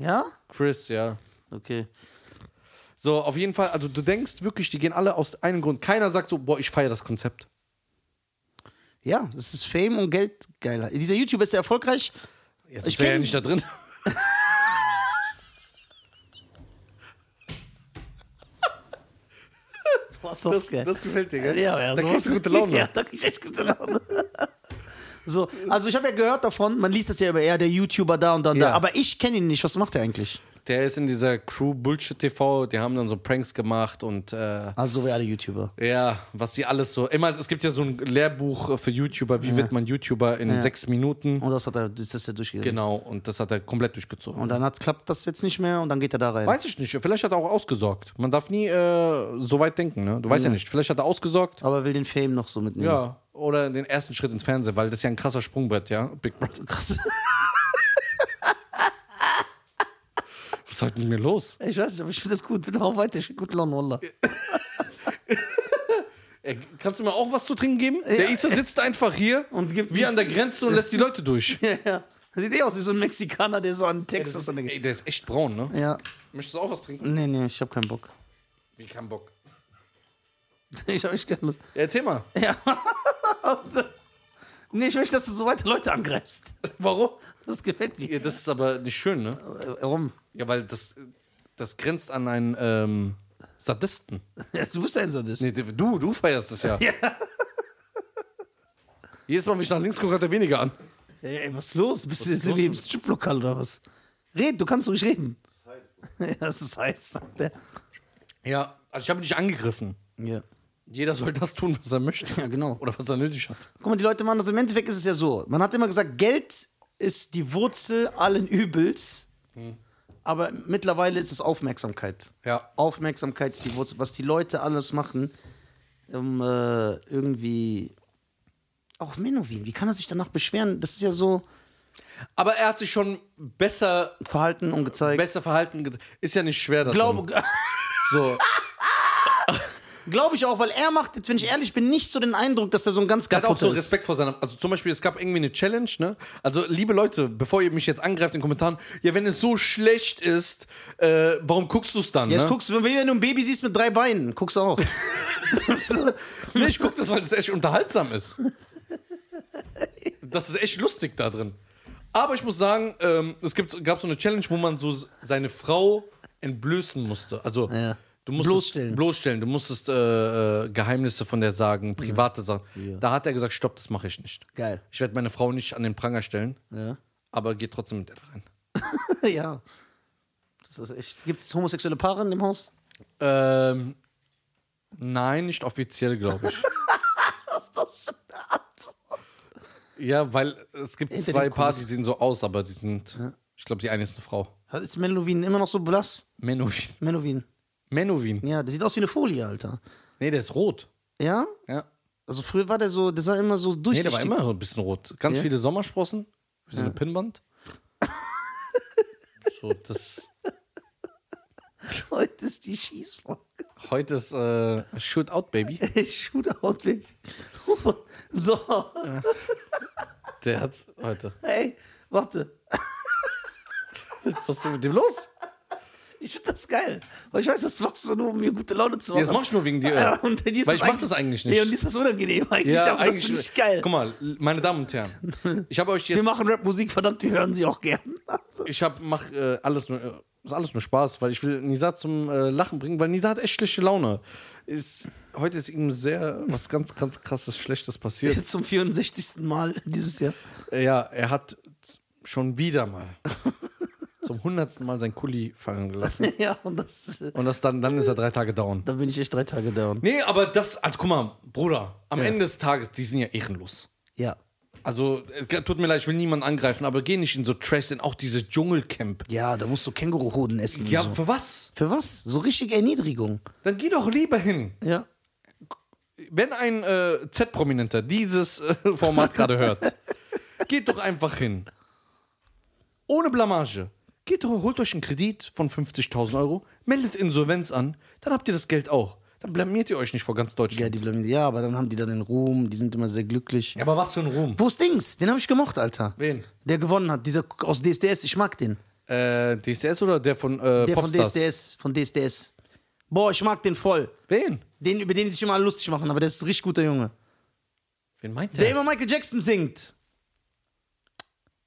Ja? Chris, ja. Okay. So, auf jeden Fall, also du denkst wirklich, die gehen alle aus einem Grund. Keiner sagt so, boah, ich feiere das Konzept. Ja, das ist Fame und Geld geiler. Dieser YouTuber ist ja erfolgreich. Jetzt Ich ist er ja kenn- nicht da drin. Was ist das, geil? gefällt dir, Ja, ja, Da sowas- kriegst du gute Laune. Ja, da krieg ich echt gute Laune. So, also ich habe ja gehört davon, man liest das ja über, ja, der YouTuber da und da und Ja. da, aber ich kenne ihn nicht, was macht er eigentlich? Der ist in dieser Crew Bullshit TV, die haben dann so Pranks gemacht und äh, Also wie alle YouTuber. ja, was sie alles so. Immer, es gibt ja so ein Lehrbuch für YouTuber, wie wird man YouTuber in sechs Minuten. Und das hat er, das ist ja durchgegangen. Genau, und das hat er komplett durchgezogen. Und dann hat, klappt das jetzt nicht mehr und dann geht er da rein. Weiß ich nicht, vielleicht hat er auch ausgesorgt. Man darf nie äh, so weit denken, ne? Du weißt ja nicht, vielleicht hat er ausgesorgt. Aber er will den Fame noch so mitnehmen. Ja, oder den ersten Schritt ins Fernsehen, weil das ist ja ein krasser Sprungbrett, ja? Big Brother. Krass. Was ist heute mit mir los? Ich weiß nicht, aber ich finde das gut. Bitte mach weiter. Ich gute Laune, Wallah. Ey, kannst du mir auch was zu trinken geben? Der Isa sitzt einfach hier Und gibt wie nicht- an der Grenze und lässt die Leute durch. Ja, ja. Das sieht eh aus wie so ein Mexikaner, der so an Texas an der Ey, der ist echt braun, ne? Ja. Möchtest du auch was trinken? Nee, nee, ich hab keinen Bock. Wie kein Bock. Ich hab echt keine Lust. Ja, erzähl mal. Nee, ich möchte, dass du so weiter Leute angreifst. Warum? Das gefällt mir. Äh, Ja, das ist aber nicht schön, ne? Warum? Ja, weil das, das grenzt an einen ähm, Sadisten. Du bist ein Sadist. Nee, du, du feierst das ja. Ja. Jedes Mal, wenn ich nach links gucke, hat er weniger an. Ey, ey, was ist los? Bist du ist sind los wir im Striplokal oder was? Red, du kannst ruhig reden. Ja, das ist heiß, sagt er. Ja, also ich habe dich angegriffen. Ja. Jeder soll das tun, was er möchte. Ja, genau. Oder was er nötig hat. Guck mal, die Leute machen das. Im Endeffekt ist es ja so. Man hat immer gesagt, Geld ist die Wurzel allen Übels. aber mittlerweile ist es Aufmerksamkeit. Hm. Ja. Aufmerksamkeit ist die Wurzel. Was die Leute alles machen, um äh, irgendwie. Auch Menowin, wie kann er sich danach beschweren? Das ist ja so Aber er hat sich schon besser, verhalten und gezeigt. besser verhalten. ge- Ist ja nicht schwer. darin. Glaube, So. glaube ich auch, weil er macht, jetzt, wenn ich ehrlich bin, nicht so den Eindruck, dass er so ein ganz Der hat auch so kaputter ist. Respekt vor seinem. Also zum Beispiel, es gab irgendwie eine Challenge, ne? Also, liebe Leute, bevor ihr mich jetzt angreift in den Kommentaren, ja, wenn es so schlecht ist, äh, warum guckst du es dann? Jetzt ne? guckst du, wenn du ein Baby siehst mit drei Beinen, guckst du auch. Nee, ich guck das, weil das echt unterhaltsam ist. Das ist echt lustig da drin. Aber ich muss sagen, ähm, es gibt, gab so eine Challenge, wo man so seine Frau entblößen musste. Also Ja. du musstest Bloßstellen. bloßstellen. Du musstest äh, äh, Geheimnisse von der sagen, private Sachen. Da hat er gesagt, stopp, das mache ich nicht. Geil. Ich werde meine Frau nicht an den Pranger stellen, Ja. aber geht trotzdem mit der rein. ja. Das ist echt. Gibt es homosexuelle Paare in dem Haus? Ähm, nein, nicht offiziell, glaube ich. Was ist das für eine Antwort? ja, weil es gibt Hinter zwei den Paar, die sehen so aus, aber die sind, ich glaube, die eine ist eine Frau. Hat- Ist Menowin immer noch so blass? Menowin. Menowin. Menowin. Ja, der sieht aus wie eine Folie, Alter. Nee, der ist rot. Ja? Ja. Also früher war der so, der sah immer so Nee, durchsichtig. der war immer so ein bisschen rot. Ganz Ja. viele Sommersprossen. Wie so eine Pinnwand. so, das. Heute ist die Schießfolge. Heute ist äh, Shootout Baby. Shootout, weg. So, Der hat's heute. hey, warte. Was ist denn mit dem los? Ich finde das geil. Weil ich weiß, das machst du nur, um mir gute Laune zu machen. Das mach ich nur wegen dir. Ja, und dir ist Weil ich mach eigentlich- das eigentlich Nee, nicht. und dir ist das unangenehm eigentlich, aber das finde ich geil. Guck mal, meine Damen und Herren, ich habe euch Wir jetzt, machen Rap-Musik, verdammt, wir hören sie auch gern. Also ich habe mach äh, alles nur, äh, ist alles nur Spaß, weil ich will Nisa zum äh, Lachen bringen, weil Nisa hat echt schlechte Laune. Ist, heute ist ihm sehr was ganz, ganz krasses Schlechtes passiert. Zum 64. Mal dieses Jahr. Ja, er hat z- schon wieder mal zum hundertsten Mal sein Kuli fallen gelassen. ja, und das, äh, Und das dann, dann ist er drei Tage down. da bin ich echt drei Tage down. Nee, aber das, also guck mal, Bruder, am Ja. Ende des Tages, die sind ja ehrenlos. Ja. Also, es g- tut mir leid, ich will niemanden angreifen, aber geh nicht in so Trash, in auch dieses Dschungelcamp. Ja, da musst du Känguruhoden essen. und Ja, so. für was? Für was? So richtige Erniedrigung. Dann geh doch lieber hin. Ja. Wenn ein äh, Z-Prominenter dieses äh, Format gerade hört, geht doch einfach hin. Ohne Blamage. Geht doch, holt euch einen Kredit von 50.000 Euro, meldet Insolvenz an, dann habt ihr das Geld auch. Dann blamiert ihr euch nicht vor ganz Ja, Deutschland. die bleiben, ja, aber dann haben die dann den Ruhm, die sind immer sehr glücklich. Ja, aber was für ein Ruhm. Wo ist Dings? Den habe ich gemocht, Alter. Wen? Der gewonnen hat, dieser aus DSDS, ich mag den. Äh, DSDS oder der von äh, Der Popstars? von DSDS, von DSDS. Boah, ich mag den voll. Wen? Den, über den sie sich immer alle lustig machen, aber der ist ein richtig guter Junge. Wen meint Der der? immer Michael Jackson singt.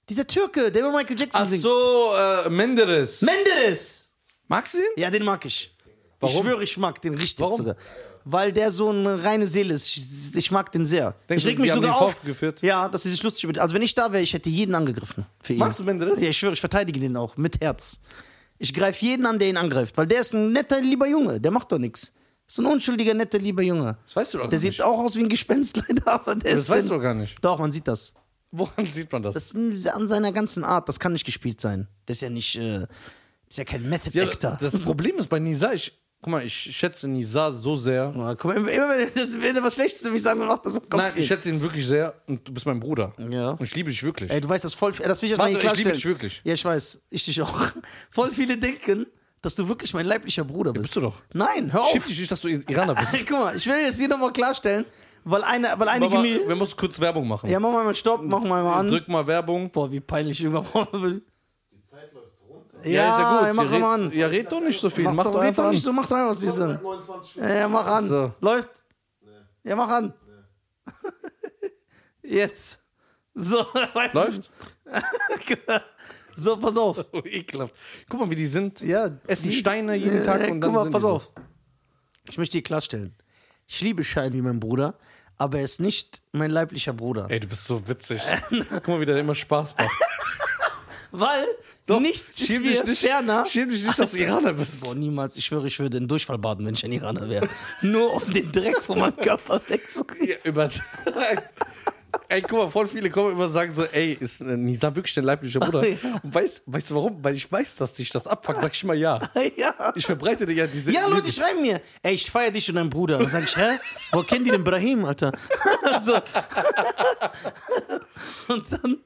Dieser Türke, der immer Michael Jackson Ach singt. so, äh, Menderes. Menderes! Magst du ihn? Ja, den mag ich. Ich Warum? schwöre, ich mag den richtig Warum? sogar. Weil der so eine reine Seele ist. Ich, ich mag den sehr. Denkst ich du, reg mich wir haben ihn sogar auf. aufgeführt? Ja, dass sie sich lustig über. Also, wenn ich da wäre, ich hätte jeden angegriffen. Für ihn. Magst du Menderes? Ja, ich schwöre, ich verteidige den auch. Mit Herz. Ich greife jeden an, der ihn angreift. Weil der ist ein netter, lieber Junge. Der macht doch nichts. Ist ein unschuldiger, netter, lieber Junge. Das weißt du doch Der gar sieht nicht. auch aus wie ein Gespenst, leider. Aber der Das ist weißt ein- du doch gar nicht. Doch, man sieht das. Woran sieht man das? Das ist an seiner ganzen Art, das kann nicht gespielt sein. Das ist ja nicht, äh, das ist ja kein Method Ja, Actor. das Problem ist bei Nisa, ich, guck mal, ich schätze Nisa so sehr. Guck mal, immer wenn, er- das, wenn er was Schlechtes zu mir sagen will, macht das im Kopf. Nein, ich schätze ihn wirklich sehr und du bist mein Bruder. Ja. Und ich liebe dich wirklich. Ey, du weißt das voll, das will ich jetzt Warte, mal hier ich liebe klarstellen. dich wirklich. Ja, ich weiß, ich dich auch. Voll viele denken, dass du wirklich mein leiblicher Bruder bist. bist du doch. Nein, hör Ich auf. Schieb dich nicht, dass du Iraner bist. Guck mal, ich will jetzt hier nochmal klarstellen, weil eine, weil einige Mama, mir... wir müssen kurz Werbung machen. Ja, mach mal mal Stopp, mach mal mal an. Drück mal Werbung. Boah, wie peinlich. Die Zeit läuft runter. Ja, ja, ey, ist ja mach gut. mal Ihr an. red- Ja, red doch nicht so viel. Mach, Mach, doch, doch red einfach doch an. nicht so, mach doch einfach, was die sagen. Ja, ja, mach an. So. Läuft? Ja, mach an. Jetzt. So, weißt Läuft? du. So, pass auf. Oh, ekelhaft. Guck mal, wie die sind. Ja, Essen die- Steine jeden Äh, Tag und dann Guck mal, sind pass die so. auf. Ich möchte dir klarstellen. Ich liebe Schein wie mein Bruder, aber er ist nicht mein leiblicher Bruder. Ey, du bist so witzig. Guck mal, wie der immer Spaß macht. Weil nichts ist Schieb dich mir nicht, ferner. Schieb dich nicht, dass du Iraner bist. Boah, niemals. Ich schwöre, ich würde in Durchfall baden, wenn ich ein Iraner wäre. Nur um den Dreck von meinem Körper wegzukriegen. Ja, über. Ey, guck mal, voll viele kommen immer und sagen so, ey, ist äh, Nisa wirklich dein leiblicher Bruder? Ja. Und weißt, weißt du warum? Weil ich weiß, dass dich das abfuckt, sag ich mal ja. ja. Ich verbreite dir ja diese. Ja, Leute ich schreiben mir, ey, ich feier dich und deinen Bruder. Dann sage ich, hä? Wo kennen die denn Brahim, Alter? so. und dann.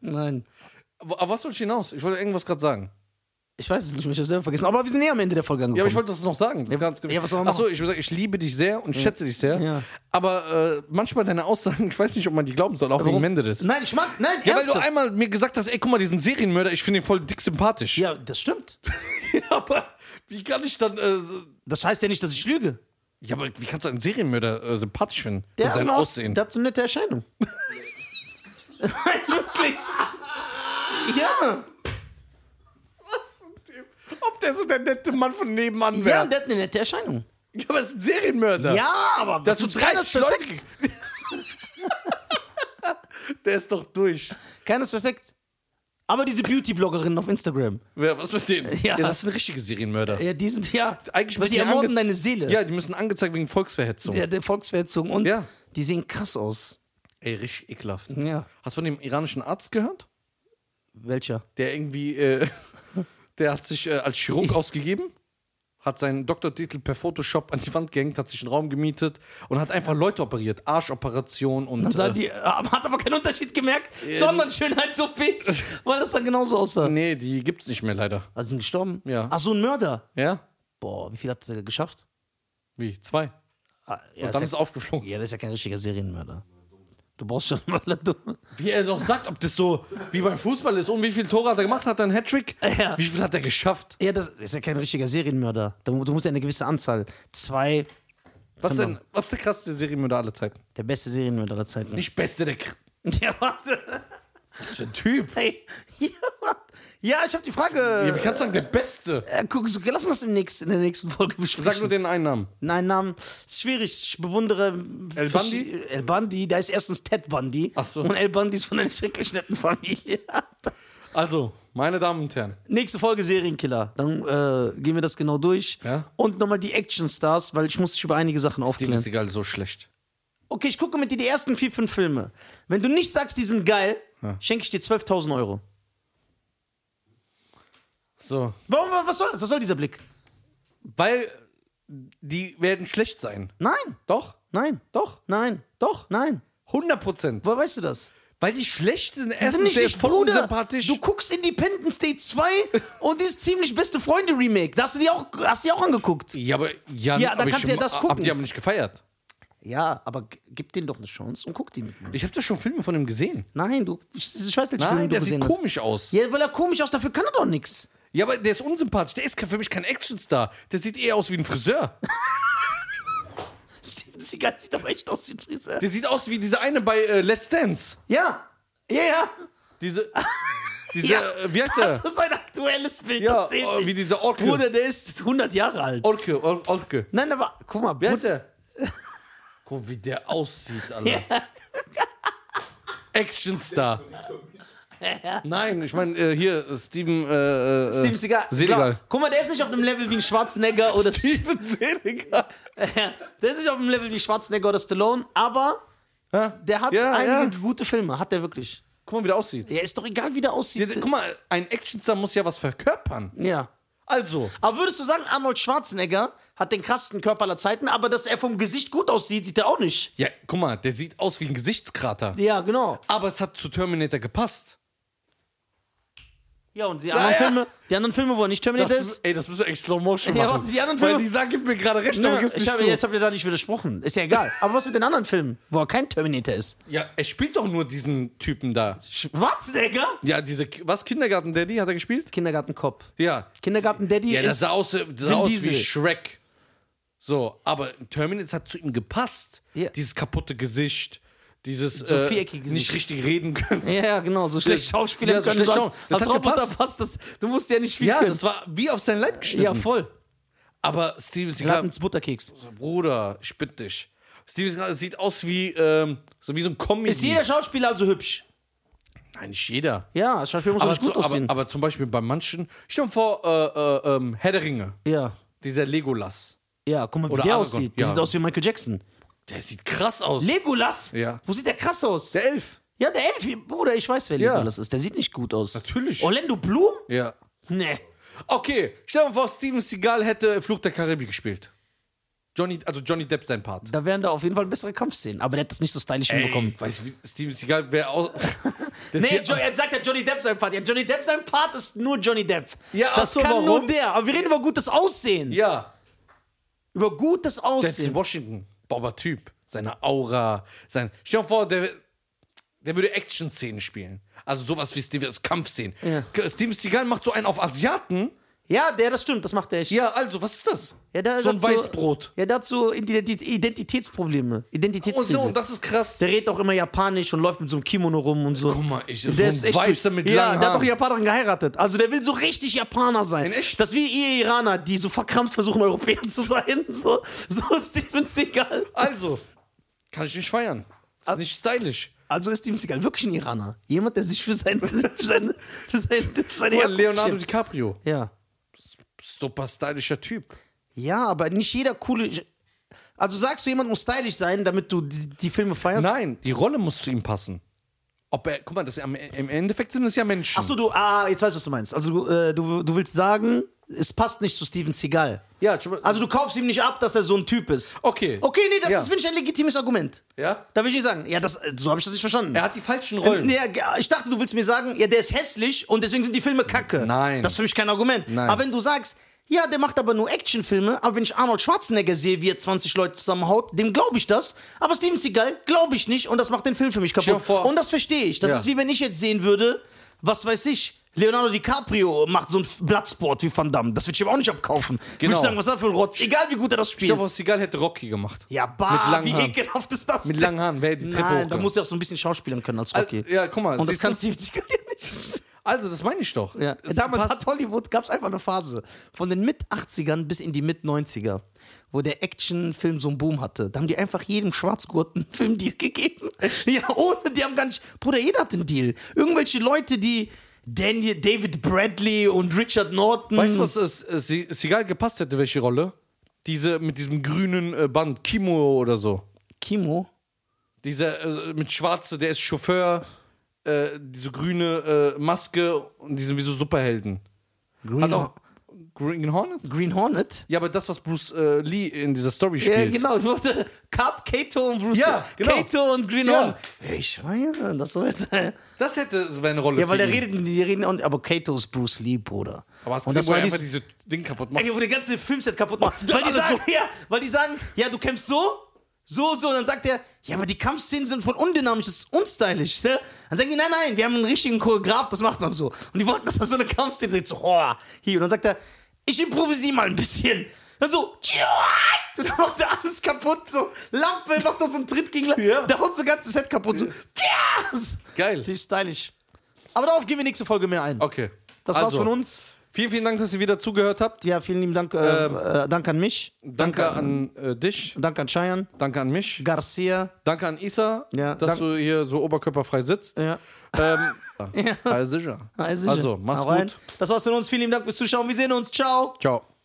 Nein. Aber was wollte ich hinaus? Ich wollte irgendwas gerade sagen. Ich weiß es nicht mehr, ich habe selber vergessen. Aber wir sind eh am Ende der Folge angekommen. Ja, aber ich wollte das noch sagen. Das Ja, ganz- ja, was soll man Achso, ich würde sagen, ich liebe dich sehr und schätze dich sehr. Ja. Aber äh, manchmal deine Aussagen, ich weiß nicht, ob man die glauben soll, auch wegen Menderes. Nein, ich mag. Nein, Ja, weil du ernsthaft. einmal mir gesagt hast, ey, guck mal, diesen Serienmörder, ich finde ihn voll dick sympathisch. ja, das stimmt. aber wie kann ich dann. Äh, Das heißt ja nicht, dass ich lüge. ja, aber wie kannst du einen Serienmörder äh, sympathisch finden? Von hat seinem eine Aus- Aussehen. Der hat so eine nette Erscheinung. Nein, wirklich. Ja. Ob der so der nette Mann von nebenan Ja, wäre. der hat eine nette Erscheinung. Ja, aber ist ein Serienmörder. Ja, aber Der hat so tut keiner ist 30 Leute. perfekt. ge- der ist doch durch. Keiner ist perfekt. Aber diese Beauty-Bloggerin auf Instagram. Wer, was mit denen? Ja. das sind richtige Serienmörder. Ja, die sind ja. Eigentlich weil müssen die ermorden ange- deine Seele. Ja, die müssen angezeigt wegen Volksverhetzung. Ja, der Volksverhetzung. Und Ja. die sehen krass aus. Ey, richtig ekelhaft. Ja. Hast du von dem iranischen Arzt gehört? Welcher? Der irgendwie, äh, der hat sich äh, als Chirurg ausgegeben, hat seinen Doktortitel per Photoshop an die Wand gehängt, hat sich einen Raum gemietet und hat einfach Leute operiert. Arschoperation und. Dann sah äh, die, aber hat aber keinen Unterschied gemerkt, sondern Schönheits-OPs, weil das dann genauso aussah. nee, die gibt's nicht mehr leider. Also sind gestorben? Ja. Ach so, ein Mörder. Ja? Boah, wie viel hat er geschafft? Wie? Zwei. Ah, ja, Dann ist ist ja, aufgeflogen. ja, das ist ja kein richtiger Serienmörder. Du brauchst schon mal. Du, Wie er doch sagt, ob das so wie beim Fußball ist. Und wie viel Tore hat er gemacht? Hat er einen Hattrick? Ja. Wie viel hat er geschafft? ja, das ist ja kein richtiger Serienmörder. Du, du musst ja eine gewisse Anzahl. Zwei, Was denn? Was ist der krasseste Serienmörder aller Zeiten? der beste Serienmörder aller Zeiten. Nicht beste, der kr- Ja, warte. der Typ. Hey. Ja, warte. ja, ich habe die Frage. Ja, wie kannst du sagen, der Beste? Äh, guck, so, lass uns das im nächsten, in der nächsten Folge besprechen. Sag nur den einen Namen. Nein, Namen. Ist schwierig. Ich bewundere. El Bundy? El Bandi. Da ist erstens Ted Bundy. Ach so. Und El Bundy ist von einer schrecklich netten Familie. Also, meine Damen und Herren. Nächste Folge Serienkiller. Dann äh, gehen wir das genau durch. Ja. Und nochmal die Actionstars, weil ich muss dich über einige Sachen Steven aufklären. ist egal, so schlecht. Okay, ich gucke mit dir die ersten vier, fünf Filme. Wenn du nicht sagst, die sind geil, schenke ich dir 12.000 Euro. So. Warum, was soll das? Was soll dieser Blick? Weil die werden schlecht sein. Nein, Doch, nein, doch, nein, doch. nein. 100 Prozent. Woher weißt du das? Weil die schlechten Das Essen der ist voll unsympathisch. Du guckst Independence Day 2 und dieses ziemlich beste Freunde-Remake. Da hast du die auch, hast du die auch angeguckt. ja, aber, Ja, da kannst du ja das Hab gucken. die aber nicht gefeiert. Ja, aber g- gib denen doch eine Chance und guck die mit. mir. Ich habe doch schon Filme von ihm gesehen. Nein, du, ich, ich weiß nicht, wie Nein, du der sieht gesehen hast. komisch aus. Ja, weil er komisch aus, dafür kann er doch nichts. Ja, aber der ist unsympathisch. Der ist ke- für mich kein Actionstar. Der sieht eher aus wie ein Friseur. Steven Seagal sieht aber echt aus wie ein Friseur. Der sieht aus wie dieser eine bei äh, Let's Dance. Ja, ja, ja. Diese. diese Ja, äh, wie heißt Das der? ist ein aktuelles Bild, Ja, das sehe äh, ich. wie dieser Orke. Bruder, der ist 100 Jahre alt. Orke, Or Orke. Nein, aber guck mal, Wer Bruder- ist er? Guck, mal, wie der aussieht, Alter. Actionstar. Nein, ich meine, äh, hier, äh, Steven. Äh, äh, Steven Seagal. Genau. Seagal. Klar. Guck mal, der ist nicht auf einem Level wie ein Schwarzenegger oder Steven Senegal. der ist nicht auf einem Level wie Schwarzenegger oder Stallone, aber der hat ja, einige Ja. gute Filme, hat der wirklich. Guck mal, wie der aussieht. Der ist doch egal, wie der Ja, aussieht. der- guck mal, ein Actionstar muss ja was verkörpern. ja. Also, Aber würdest du sagen, Arnold Schwarzenegger hat den krassesten Körper aller Zeiten, aber dass er vom Gesicht gut aussieht, sieht er auch nicht. ja, guck mal, der sieht aus wie ein Gesichtskrater. Ja, genau. Aber es hat zu Terminator gepasst. Ja, und die anderen, ja. Filme, die anderen Filme, wo er nicht Terminator Das, ist. ey, das müssen wir echt Slow Motion Ja, machen. warte, die anderen Weil Filme- Lisa gibt mir gerade recht, aber Ne, gibt's ich nicht habe, zu. jetzt habt ihr da nicht widersprochen. Ist ja egal. Aber was mit den anderen Filmen, wo er kein Terminator ist? Ja, er spielt doch nur diesen Typen da. Schwarzenegger? Ja, diese, was, Kindergarten-Daddy hat er gespielt? Kindergarten-Cop. Ja. Kindergarten-Daddy Ja, das ist... sah aus, das sah aus Diesel. wie Shrek. So, aber Terminator hat zu ihm gepasst. Ja. Dieses kaputte Gesicht, dieses äh, viereckige Gesicht. nicht richtig reden können. Ja, ja, genau, so schlecht Schauspieler Ja, so können. schlecht du Schau- als, das als hat Roboter gepasst. passt das. Du musst ja nicht viel Ja, können. das war wie auf sein Leib geschnitten. ja, voll. Aber Steven Seagal, Lappens Butterkeks. Bruder, ich bitte dich. Steven Seagal sieht aus wie, ähm, so wie so ein Comedy. Ist jeder Schauspieler also hübsch? Nein, nicht jeder. Ja, als Schauspieler muss man Aber, nicht gut zu, aber, aussehen. aber zum Beispiel bei manchen, stell dir mal vor, äh, äh, ähm, Herr der Ringe, ja. dieser Legolas. Ja, guck mal, wie Oder der Aragorn, aussieht. Der ja. sieht aus wie Michael Jackson. Der sieht krass aus. Legolas? Ja. Wo sieht der krass aus? der Elf. ja, der Elf, Bruder, ich weiß, wer Ja. Legolas ist. Der sieht nicht gut aus. Natürlich. Orlando Bloom? Ja. Nee. Okay, stell dir mal vor, Steven Seagal hätte Fluch der Karibik gespielt. Johnny, also Johnny Depp sein Part. Da wären da auf jeden Fall bessere Kampfszenen. Aber der hat das nicht so stylisch hinbekommen. Weißt du, wie- Steven Seagal wäre aus. Das Nee, hier- jo er sagt ja Johnny Depp sein Part. Ja, Johnny Depp sein Part ist nur Johnny Depp. Ja, das ach so, kann nur warum? der. Aber wir reden über gutes Aussehen. ja, Über gutes Denzel Aussehen. Washington, Bobber Typ, seine Aura, sein. Stell dir vor, der, der würde Action-Szenen spielen. Also sowas wie Steven, also Kampfszenen. Ja. Steven Seagal macht so einen auf Asiaten. Ja, der, das stimmt, das macht er echt. Ja, also, was ist das? Ja, der so ein hat so- Weißbrot. Ja, dazu Identi- Identitätsprobleme. Und Identitätskrise. Oh, so, und das ist krass. der redet auch immer Japanisch und läuft mit so einem Kimono rum und so. Guck mal, ich Der so ist ein echt Weißer mit ja, langen der hat doch Haaren. Japanerin geheiratet. Also der will so richtig Japaner sein. In echt? Das ist wie ihr Iraner, die so verkrampft versuchen, Europäer zu sein. So, so ist Steven Seagal. Also, kann ich nicht feiern. Ah. Ist nicht stylisch. Also ist Steven Seagal wirklich ein Iraner. Jemand, der sich für seine, für seine, für seine, für seine Guck mal, Herkunft Oh, Leonardo schämt. DiCaprio. Ja. Super stylischer Typ. ja, aber nicht jeder coole... Also sagst du, jemand muss stylisch sein, damit du die, die Filme feierst? Nein, die Rolle muss zu ihm passen. Ob er, guck mal, das, am- im Endeffekt sind es ja Menschen. Achso, du, ah, jetzt weißt du, was du meinst. Also, du, äh, du, du willst sagen, es passt nicht zu Steven Seagal. Ja, schon mal- Also, du kaufst ihm nicht ab, dass er so ein Typ ist. okay. Okay, nee, das Ja. ist, finde ich, ein legitimes Argument. Ja? Da will ich nicht sagen, ja, das, äh, so habe ich das nicht verstanden. Er hat die falschen Rollen. Äh, Ähm, Nee, ich dachte, du willst mir sagen, ja, der ist hässlich und deswegen sind die Filme kacke. Nein. Das ist für mich kein Argument. Nein. Aber wenn du sagst, ja, der macht aber nur Actionfilme, aber wenn ich Arnold Schwarzenegger sehe, wie er 20 Leute zusammenhaut, dem glaube ich das. Aber Steven Seagal glaube ich nicht und das macht den Film für mich Stell kaputt. dir vor- Und das verstehe ich. Das Ja. ist wie wenn ich jetzt sehen würde, was weiß ich. Leonardo DiCaprio macht so einen Blattsport wie Van Damme. Das würde ich ihm auch nicht abkaufen. Genau. Würde Genau. ich sagen, was ist das für ein Rotz? Egal, wie gut er das spielt. Stefan Seagal hätte Rocky gemacht. Ja, Mit bah, langen wie Haaren. ekelhaft ist das Mit denn? langen Haaren wäre die Treppe Nein, da hochgegangen. muss er auch so ein bisschen schauspielern können als Rocky. Ja, guck mal. Und das siehst kann du? Steve Seagal ja nicht. also, das meine ich doch. Es Damals passt- hat Hollywood, gab es einfach eine Phase von den Mit-80ern bis in die Mit-90er, wo der Actionfilm so einen Boom hatte. Da haben die einfach jedem Schwarzgurten einen Filmdeal gegeben. Ja, ohne, die haben gar nicht, Bruder, jeder hat einen Deal. Irgendwelche Leute, die Daniel, David Bradley und Richard Norton. Weißt du, was es, es, es egal gepasst hätte, welche Rolle? Diese mit diesem grünen äh, Band, Kimo oder so. Kimo? Dieser äh, mit Schwarze, der ist Chauffeur, äh, diese grüne äh, Maske und die sind wie so Superhelden. Green, Hat auch Green Hornet? Green Hornet? Ja, aber das, was Bruce äh, Lee in dieser Story spielt. Ja, genau. Ich wollte Kat, Kato und Bruce. Ja, genau. Kato und Green Ja. Hornet. Ich meine, das soll jetzt. Ja, Das hätte so eine Rolle. weil für der ihn. redet, die reden auch, aber Kato ist Bruce Lee, Bruder. Aber hast du gesehen, und das wo war er einfach dieses, diese Ding kaputt macht? ey, wo der ganze Filmset kaputt macht. da weil, die alles sagen, ja, weil die sagen, ja, du kämpfst so, so, so. Und dann sagt er, ja, aber die Kampfszenen sind voll undynamisch, das ist unstylisch. Ne? Dann sagen die, nein, nein, wir haben einen richtigen Choreograf, das macht man so. Und die wollten, dass das so eine Kampfszene ist. So, oh, hier. Und dann sagt er, ich improvisiere mal ein bisschen. Dann so, ja, und dann macht er alles kaputt, so Lampe, macht noch so einen Tritt gegen Lampe. Ja. Da haut so ein ganzes Set kaputt, so, yes! Geil. Das ist stylisch. Aber darauf gehen wir nächste Folge mehr ein. Okay. genau. Das war's Also, von uns. Vielen, vielen Dank, dass ihr wieder zugehört habt. Ja, vielen lieben Dank. Äh, Ähm. äh, danke an mich. Danke, an äh, dich. Danke an Cheyenne. Danke an mich. Garcia. Danke an Isa, Ja, dass dank- du hier so oberkörperfrei sitzt. Ja. Ähm, ja. Also, Ah, ist sicher. also, macht's Hau rein. gut. Das war's von uns. Vielen lieben Dank fürs Zuschauen. Wir sehen uns. Ciao. Ciao.